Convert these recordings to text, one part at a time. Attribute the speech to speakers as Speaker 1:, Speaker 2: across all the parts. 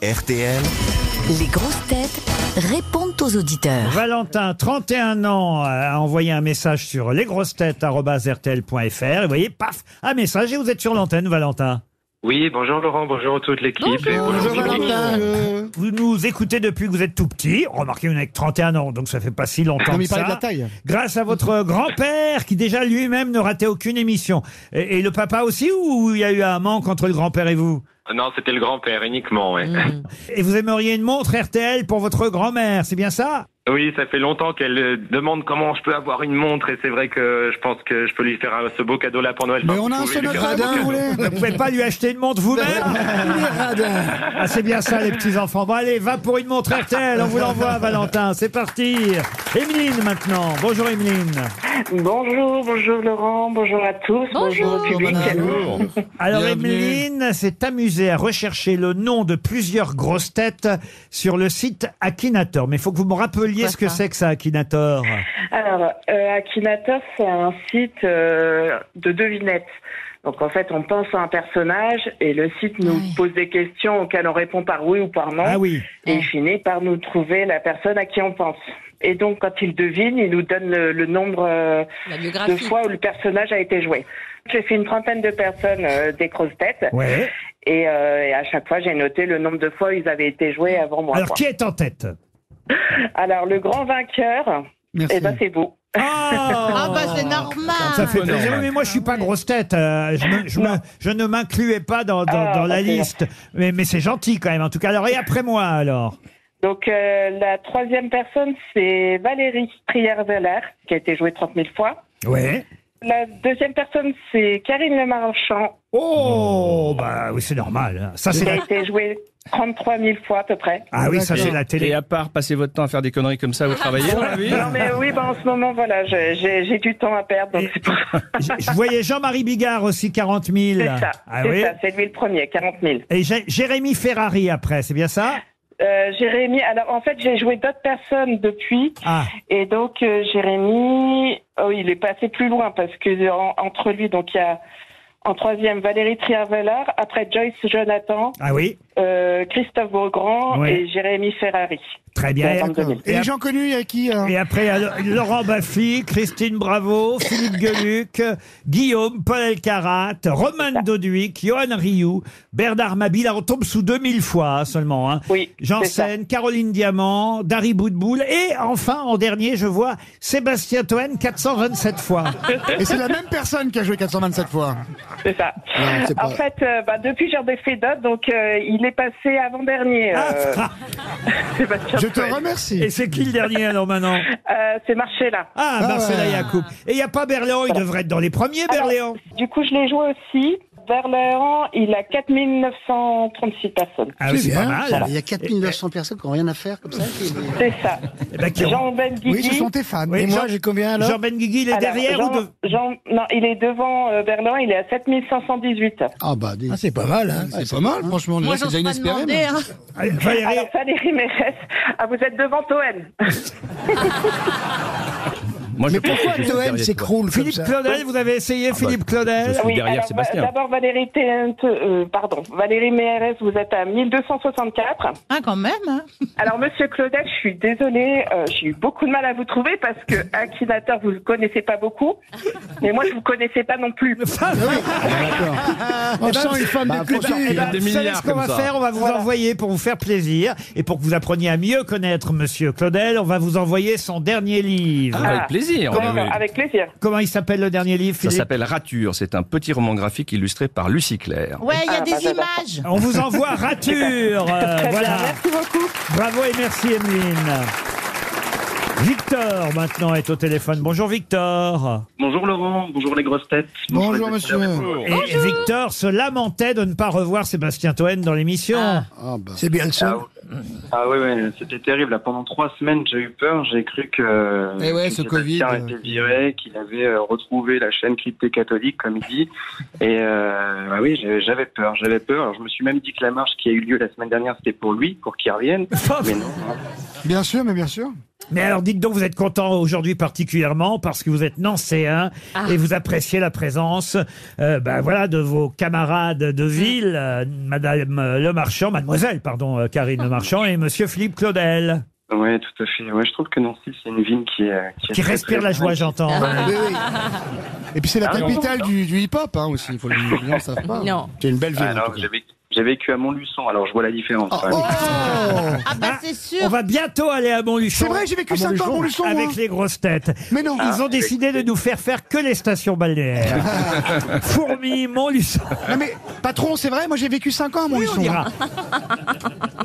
Speaker 1: RTL.
Speaker 2: Les grosses têtes répondent aux auditeurs.
Speaker 3: Valentin, 31 ans, euh, a envoyé un message sur lesgrossetêtes.rtl.fr. Et vous voyez, paf, un message et vous êtes sur l'antenne, Valentin.
Speaker 4: Oui, bonjour Laurent, bonjour à toute l'équipe. et bonjour
Speaker 3: Vous nous écoutez depuis que vous êtes tout petit. Remarquez, vous n'avez que 31 ans, donc ça fait pas si longtemps
Speaker 5: Ah, Non, mais
Speaker 3: que
Speaker 5: il parlait
Speaker 3: ça.
Speaker 5: de la taille.
Speaker 3: Grâce à votre grand-père, qui déjà lui-même ne ratait aucune émission. Et, et le papa aussi, ou il y a eu un manque entre le grand-père et vous
Speaker 4: Non, c'était le grand-père uniquement, ouais.
Speaker 3: Et vous aimeriez une montre RTL pour votre grand-mère, c'est bien ça
Speaker 4: Oui, ça fait longtemps qu'elle euh, demande comment je peux avoir une montre et c'est vrai que je pense que je peux lui faire un- ce beau cadeau là pour Noël.
Speaker 5: Mais
Speaker 4: Enfin,
Speaker 5: on a
Speaker 4: vous
Speaker 5: un
Speaker 4: pouvez lui
Speaker 5: sonnet
Speaker 4: faire un beau
Speaker 5: radin,
Speaker 4: cadeau.
Speaker 5: vous voulez
Speaker 3: Vous pouvez pas lui acheter une montre vous-même Ah, c'est bien ça, les petits enfants. Bon, allez, va pour une montre RTL. On vous l'envoie, Valentin. C'est parti. Emeline, maintenant. Bonjour, Emeline.
Speaker 6: Bonjour, bonjour Laurent, bonjour à tous, bonjour, au public.
Speaker 3: Alors,
Speaker 5: Bienvenue.
Speaker 3: Emeline s'est amusée à rechercher le nom de plusieurs grosses têtes sur le site Akinator. Mais il faut que vous me rappeliez ce que c'est que ça, Akinator.
Speaker 6: Alors, euh, Akinator, c'est un site euh, de devinettes. Donc en fait, on pense à un personnage et le site nous pose des questions auxquelles on répond par oui ou par non.
Speaker 3: Ah oui.
Speaker 6: Et il finit par nous trouver la personne à qui on pense. Et donc quand il devine, il nous donne le, le nombre euh,
Speaker 7: La
Speaker 6: de
Speaker 7: biographie.
Speaker 6: fois où le personnage a été joué. J'ai fait une trentaine de personnes euh, des grosses têtes
Speaker 3: Ouais.
Speaker 6: et, euh, et à chaque fois j'ai noté le nombre de fois où ils avaient été joués avant moi.
Speaker 3: Alors,
Speaker 6: quoi.
Speaker 3: qui est en tête
Speaker 6: Alors, le grand vainqueur,
Speaker 5: Merci.
Speaker 6: eh ben, c'est vous.
Speaker 3: Ah
Speaker 7: Ah bah c'est normal.
Speaker 3: Ça fait plaisir. Mais moi, je suis pas grosse tête. euh, je, me- je me- je ne m'incluais pas dans, dans-
Speaker 6: Ah,
Speaker 3: dans la
Speaker 6: ok.
Speaker 3: liste. Mais, mais c'est gentil quand même. En tout cas, alors et après moi alors.
Speaker 6: Donc, euh, la troisième personne, c'est Valérie Trierweiler, qui a été jouée 30 000 fois.
Speaker 3: Ouais.
Speaker 6: La deuxième personne, c'est Karine Le Marchand,
Speaker 3: Oh bah oui, c'est normal. Ça c'est
Speaker 6: qui a
Speaker 3: la...
Speaker 6: été jouée 33 000 fois à peu près.
Speaker 3: ah oui, ça c'est la
Speaker 8: Et
Speaker 3: télé.
Speaker 8: à part passer votre temps à faire des conneries comme ça, vous travaillez dans la vie
Speaker 6: Non, mais oui, ben, en ce moment, voilà, je- j'ai j'ai du temps à perdre, donc
Speaker 3: Et-
Speaker 6: c'est pour
Speaker 3: Je, je voyais Jean-Marie Bigard aussi 40 000.
Speaker 6: c'est ça.
Speaker 3: Ah
Speaker 6: c'est
Speaker 3: oui.
Speaker 6: ça, c'est lui le premier, 40 000.
Speaker 3: Et Jé- Jérémy Ferrari après, c'est bien ça
Speaker 6: Euh, Jérémy, alors en fait, j'ai joué d'autres personnes depuis.
Speaker 3: Ah.
Speaker 6: Et donc, euh, Jérémy, oh, il est passé plus loin parce que en- entre lui, donc il y a en troisième Valérie Trier-Vallard, après Joyce Jonathan,
Speaker 3: Ah oui.
Speaker 6: euh, Christophe Beaugrand
Speaker 3: Ouais.
Speaker 6: et Jérémy Ferrari.
Speaker 3: Très bien.
Speaker 6: D'accord.
Speaker 3: Et
Speaker 5: Et
Speaker 3: ap-
Speaker 5: les gens connus, il y a qui hein alors
Speaker 3: Et après, il y a Laurent Baffy, Christine Bravo, Philippe Gueluc, Guillaume, Paul Elkarat, Roman Doduic, Johan Rioux, Bernard Mabille. Là, on tombe sous 2000 fois hein, seulement. Hein.
Speaker 6: Oui, c'est
Speaker 3: Janssen, Caroline Diamant, Dari Boudboul. Et enfin, en dernier, je vois Sébastien Toen, 427 fois.
Speaker 6: Euh.
Speaker 5: Et c'est la même personne qui a joué 427 fois.
Speaker 6: C'est ça.
Speaker 5: Non, c'est pas-
Speaker 6: En fait, euh, bah, depuis, j'en ai fait d'autres, donc euh, il est passé avant-dernier. euh, Sébastien
Speaker 5: Ah. Je te
Speaker 6: Toen.
Speaker 3: Ah, Et
Speaker 5: remercie.
Speaker 3: c'est qui le dernier alors maintenant
Speaker 6: Euh, C'est Marcella.
Speaker 3: Ah,
Speaker 5: Ah
Speaker 3: Marcela
Speaker 5: ouais.
Speaker 3: Yacoub. Et il n'y a pas Berléand, il devrait être dans les premiers,
Speaker 6: Alors,
Speaker 3: Berléand.
Speaker 6: Du coup, je l'ai joué aussi. Vers l'an, il a 4936 personnes.
Speaker 3: Ah oui, c'est pas mal.
Speaker 9: Il y a 4900 personnes qui n'ont rien à faire comme ça. qui-
Speaker 6: C'est ça.
Speaker 3: Eh ben, qui-
Speaker 6: Jean Ben
Speaker 5: Oui,
Speaker 6: Guigui.
Speaker 5: ce sont tes fans.
Speaker 3: Oui,
Speaker 5: Et moi,
Speaker 3: Jean-
Speaker 5: j'ai combien alors
Speaker 3: Jean Benguigui, il est
Speaker 6: Alors,
Speaker 3: derrière
Speaker 6: Jean,
Speaker 3: ou de...
Speaker 6: Jean- non, il est devant euh, Berlin, il est à 7518.
Speaker 9: Ah bah, dis-
Speaker 5: Ah, c'est pas mal, hein.
Speaker 9: Ouais,
Speaker 5: C'est
Speaker 9: c'est
Speaker 5: pas mal,
Speaker 9: bien.
Speaker 5: franchement.
Speaker 7: Moi
Speaker 5: déjà, c'est
Speaker 7: j'ose
Speaker 5: déjà
Speaker 7: pas
Speaker 5: inespéré,
Speaker 7: demander.
Speaker 5: mais-
Speaker 7: Hein.
Speaker 3: Allez, Valérie,
Speaker 6: Alors Valérie Mérès, ah, vous êtes devant Toen.
Speaker 8: Moi, je
Speaker 5: Mais
Speaker 8: pense que
Speaker 5: pourquoi
Speaker 8: je suis
Speaker 5: Toen
Speaker 8: derrière toi.
Speaker 5: s'écroule comme
Speaker 3: Philippe
Speaker 5: ça
Speaker 3: Claudel, vous avez essayé Philippe Claudel
Speaker 8: Ah bah, suis derrière
Speaker 6: alors, va-
Speaker 8: Sébastien.
Speaker 6: d'abord Valérie Té- euh, pardon, Valérie Mérès, vous êtes à 1264.
Speaker 7: Ah quand même. Hein.
Speaker 6: Alors Monsieur Claudel, je suis désolée, euh, j'ai eu beaucoup de mal à vous trouver parce que Akinator, vous ne connaissez pas beaucoup, mais moi je vous connaissais pas non plus.
Speaker 8: Ah,
Speaker 5: Ah, On sent une femme
Speaker 9: Bah,
Speaker 5: de
Speaker 9: faut sortir.
Speaker 3: Eh ben,
Speaker 5: culture.
Speaker 8: des
Speaker 3: vous savez
Speaker 8: milliards
Speaker 3: ce qu'on
Speaker 8: comme
Speaker 3: va
Speaker 8: ça.
Speaker 3: faire On va vous
Speaker 6: Voilà.
Speaker 3: envoyer pour vous faire plaisir et pour que vous appreniez à mieux connaître Monsieur Claudel. On va vous envoyer son dernier livre.
Speaker 8: Ah, Avec plaisir.
Speaker 6: D'accord,
Speaker 8: mais-
Speaker 6: Avec plaisir.
Speaker 3: Comment il s'appelle le dernier livre
Speaker 8: Ça
Speaker 3: Philippe
Speaker 8: s'appelle Rature. C'est un petit roman graphique illustré par Lucie Claire.
Speaker 7: Ouais, il y a
Speaker 6: Ah, bah,
Speaker 7: des
Speaker 6: j'adore.
Speaker 7: images.
Speaker 3: On vous envoie rature. Euh,
Speaker 6: Très bien,
Speaker 3: voilà.
Speaker 6: Merci beaucoup.
Speaker 3: Bravo et merci Emeline. Victor maintenant est au téléphone. Bonjour Victor.
Speaker 10: Bonjour Laurent, bonjour les grosses têtes.
Speaker 5: Bonjour,
Speaker 10: les
Speaker 5: monsieur.
Speaker 10: auditeurs.
Speaker 3: Et Victor se lamentait de ne pas revoir Sébastien Toen dans l'émission.
Speaker 7: Ah.
Speaker 9: ah bah.
Speaker 5: C'est bien le
Speaker 10: Ah,
Speaker 5: seul.
Speaker 10: ouais. Ah ouais, ouais, c'était terrible. là. Pendant trois semaines, j'ai eu peur. J'ai cru que.
Speaker 5: Eh ouais,
Speaker 10: que
Speaker 5: ce
Speaker 10: Sébastien
Speaker 5: Covid, euh.
Speaker 10: était viré, qu'il avait euh, retrouvé la chaîne cryptée catholique, comme il dit. Et euh, bah oui, j'ai- j'avais peur, j'avais peur. Alors, je me suis même dit que la marche qui a eu lieu la semaine dernière, c'était pour lui, pour qu'il revienne. Mais non.
Speaker 5: Bien sûr, mais bien sûr.
Speaker 3: Mais alors, dites donc, vous êtes content aujourd'hui particulièrement parce que vous êtes nancéen et vous appréciez la présence, euh, ben voilà, de vos camarades de ville, euh, Madame euh, Le Marchand, Mademoiselle, pardon, euh, Karine Le Marchand et Monsieur Philippe Claudel,
Speaker 10: Ouais, tout à fait. Ouais, je trouve que Nancy, c'est une ville qui est. est
Speaker 3: qui
Speaker 10: très,
Speaker 3: respire
Speaker 10: très-
Speaker 3: la joie, j'entends.
Speaker 5: Oui, oui. Et puis c'est la
Speaker 10: Ah, non.
Speaker 5: capitale du, du hip-hop hein, aussi, il faut le dire, les gens savent pas.
Speaker 1: Non.
Speaker 5: C'est une belle ville. en
Speaker 10: Alors,
Speaker 5: tout cas.
Speaker 10: Ah, j'ai vécu- j'ai vécu à Montluçon, alors je vois la différence.
Speaker 5: Oh,
Speaker 10: Ah, oui.
Speaker 5: oh
Speaker 7: Ah bah c'est
Speaker 3: On
Speaker 7: sûr.
Speaker 3: va bientôt aller à Montluçon.
Speaker 5: c'est vrai, j'ai vécu
Speaker 3: À
Speaker 5: 5 ans à
Speaker 3: Montluçon,
Speaker 5: Montluçon. moi. Ah.
Speaker 3: Avec les grosses têtes.
Speaker 5: Mais non.
Speaker 10: Ah.
Speaker 3: Ils ont décidé de nous faire faire que les stations balnéaires. Fourmis, Montluçon.
Speaker 5: Non, mais patron, c'est vrai, moi j'ai vécu 5 ans à
Speaker 3: Oui,
Speaker 5: Montluçon.
Speaker 3: on ira.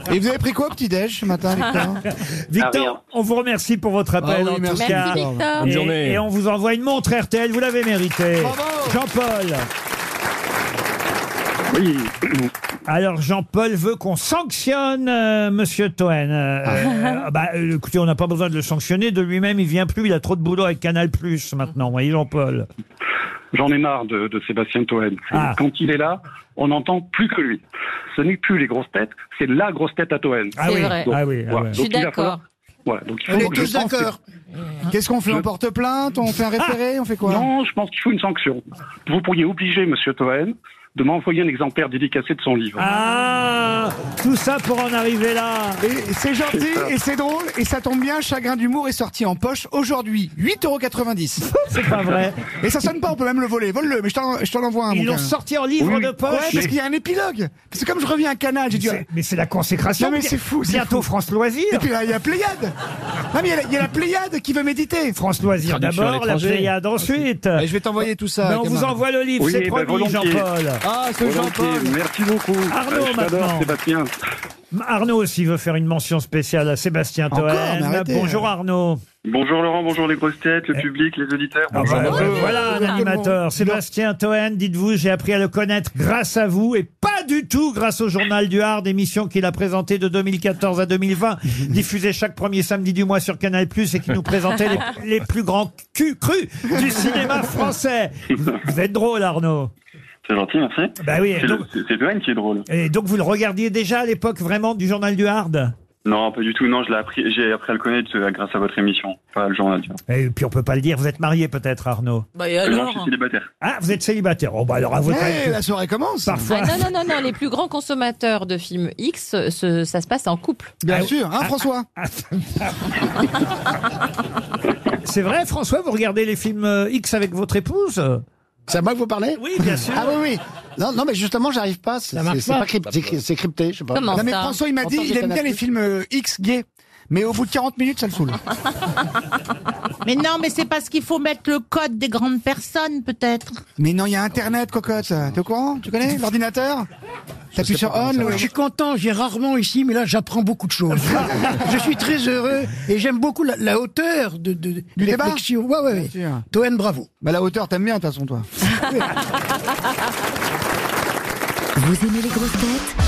Speaker 5: Et vous avez pris quoi au petit-déj ce matin, Victor
Speaker 10: Ah,
Speaker 3: Victor,
Speaker 10: rien.
Speaker 3: on vous remercie pour votre appel
Speaker 5: Ah oui,
Speaker 3: en
Speaker 5: merci,
Speaker 3: tout cas.
Speaker 5: Victor.
Speaker 1: Victor.
Speaker 8: Bonne
Speaker 3: Et-
Speaker 8: journée.
Speaker 3: Et on vous envoie une montre RTL, vous l'avez mérité.
Speaker 5: Bravo.
Speaker 3: Jean-Paul.
Speaker 10: Oui.
Speaker 3: Alors Jean-Paul veut qu'on sanctionne euh, Monsieur Toen. Euh,
Speaker 5: Ah.
Speaker 3: euh, bah, euh, écoutez, on n'a pas besoin de le sanctionner. De lui-même, il vient plus. Il a trop de boulot avec Canal Plus maintenant. Voyez Jean-Paul.
Speaker 11: J'en ai marre de, de Sébastien Toen.
Speaker 3: Ah.
Speaker 11: Quand il est là, on n'entend plus que lui. Ce n'est plus les grosses têtes, c'est la grosse tête à Toen.
Speaker 3: Ah
Speaker 1: C'est
Speaker 3: oui.
Speaker 1: vrai.
Speaker 3: Ah oui. ah
Speaker 11: Voilà.
Speaker 3: oui.
Speaker 1: Je suis
Speaker 11: Donc, il va
Speaker 1: d'accord.
Speaker 11: falloir- Voilà, donc il
Speaker 5: On
Speaker 11: faut,
Speaker 5: est
Speaker 11: je
Speaker 5: tous
Speaker 11: pense que-
Speaker 5: d'accord. Qu'est-ce qu'on fait On
Speaker 11: Je-
Speaker 5: porte plainte On fait
Speaker 10: Ah.
Speaker 5: un référé On fait quoi
Speaker 11: Non, je pense qu'il faut une sanction. Vous pourriez obliger Monsieur Toen de m'envoyer un exemplaire dédicacé de son livre.
Speaker 3: Ah, tout ça pour en arriver là.
Speaker 5: Et c'est gentil, et c'est drôle, et ça tombe bien, Chagrin d'humour est sorti en poche aujourd'hui, 8,90€.
Speaker 3: C'est pas vrai.
Speaker 5: Et ça sonne pas, on peut même le voler, vole-le, mais je t'en je t'en envoie un.
Speaker 3: Ils
Speaker 5: Ah, mon
Speaker 3: l'ont
Speaker 5: gars.
Speaker 3: sorti en livre
Speaker 11: Oui.
Speaker 3: de
Speaker 5: Ouais,
Speaker 3: poche.
Speaker 5: parce qu'il y a un épilogue. Parce que comme je reviens à Canal, j'ai dit...
Speaker 3: C'est- Mais c'est la consécration.
Speaker 5: Non, mais c'est fou, c'est
Speaker 3: Bientôt
Speaker 5: fou.
Speaker 3: France Loisir.
Speaker 5: Et puis là, il y a Pléiade. Non, mais il y a la- il y, a la Pléiade qui veut méditer.
Speaker 3: France Loisir
Speaker 8: Traduction à
Speaker 3: d'abord, la
Speaker 8: l'étranger.
Speaker 3: Pléiade ensuite.
Speaker 5: Et Ah, je vais t'envoyer tout ça.
Speaker 3: Mais Ben, on vous
Speaker 5: camarade.
Speaker 3: envoie le livre,
Speaker 11: Oui,
Speaker 3: c'est
Speaker 11: ben
Speaker 3: promis,
Speaker 11: volontiers.
Speaker 3: Jean-Paul.
Speaker 5: Ah, ce Jean-Paul.
Speaker 11: Volontiers. Merci beaucoup. Euh,
Speaker 3: Arnaud,
Speaker 11: je
Speaker 3: maintenant.
Speaker 11: t'adore, Sébastien.
Speaker 3: Arnaud aussi veut faire une mention spéciale à Sébastien
Speaker 5: Encore, mais
Speaker 3: Toen.
Speaker 5: arrêtez.
Speaker 3: Bonjour Arnaud.
Speaker 10: Bonjour Laurent, bonjour les grosses têtes, le public, les auditeurs.
Speaker 3: Eh. Ah bah, euh, voilà un
Speaker 5: Bonjour.
Speaker 3: animateur. Sébastien Toen, dites-vous, j'ai appris à le connaître grâce à vous et pas du tout grâce au Journal du Hard, émission qu'il a présentée de 2014 à 2020, diffusée chaque premier samedi du mois sur Canal+, et qui nous présentait les, les plus grands culs crus du cinéma français. Vous vous êtes drôle Arnaud.
Speaker 10: C'est gentil, merci.
Speaker 3: Bah oui,
Speaker 10: C'est
Speaker 3: donc,
Speaker 10: le- C'est Joanne qui est drôle.
Speaker 3: et donc vous le regardiez déjà à l'époque vraiment du Journal du Hard
Speaker 10: Non, pas du tout. Non, je l'ai appris, j'ai appris à le connaître euh, grâce à votre émission. Pas le journal. tu vois.
Speaker 3: Et puis on peut pas le dire, vous êtes marié peut-être Arnaud
Speaker 7: Bah et
Speaker 10: Euh, Non, je suis
Speaker 7: alors
Speaker 10: célibataire.
Speaker 3: Ah, vous êtes célibataire. Oh, bah alors à votre
Speaker 5: Eh,
Speaker 3: avis,
Speaker 5: la soirée commence.
Speaker 3: parfois.
Speaker 1: Ah, non, non, non, non, les plus grands consommateurs de films X, ce- ça se passe en couple.
Speaker 5: Bien
Speaker 3: Ah,
Speaker 5: sûr, hein, François
Speaker 3: C'est vrai, François, vous regardez les films euh, X avec votre épouse
Speaker 9: C'est à moi que vous parlez
Speaker 3: Oui, bien sûr.
Speaker 9: Ah oui, oui. Non, non, mais justement, j'arrive pas. C'est
Speaker 3: marche
Speaker 9: c'est- c'est
Speaker 3: pas.
Speaker 9: pas crypté, c'est cri- c'est crypté, je sais pas.
Speaker 1: Comment
Speaker 5: Non, mais
Speaker 1: ça
Speaker 5: François, il m'a
Speaker 9: On
Speaker 5: dit,
Speaker 9: parle
Speaker 5: il
Speaker 9: de
Speaker 5: aime bien
Speaker 9: Canal+.
Speaker 5: les films euh, X gays. Mais au bout de 40 minutes, ça le saoule.
Speaker 7: Mais non, mais c'est parce qu'il faut mettre le code des grandes personnes, peut-être.
Speaker 5: Mais non, il y a Internet, cocotte. T'es au courant Tu connais l'ordinateur T'appuies sur on.
Speaker 9: Je suis content, j'ai rarement ici, mais là j'apprends beaucoup de choses. je suis très heureux et j'aime beaucoup la, la hauteur de, de,
Speaker 5: Du débat
Speaker 9: réflexion. Ouais, ouais, ouais.
Speaker 5: sûr.
Speaker 9: Toen, bravo.
Speaker 5: Bah, la hauteur, t'aimes bien, de toute façon, toi.
Speaker 2: Vous aimez les grosses têtes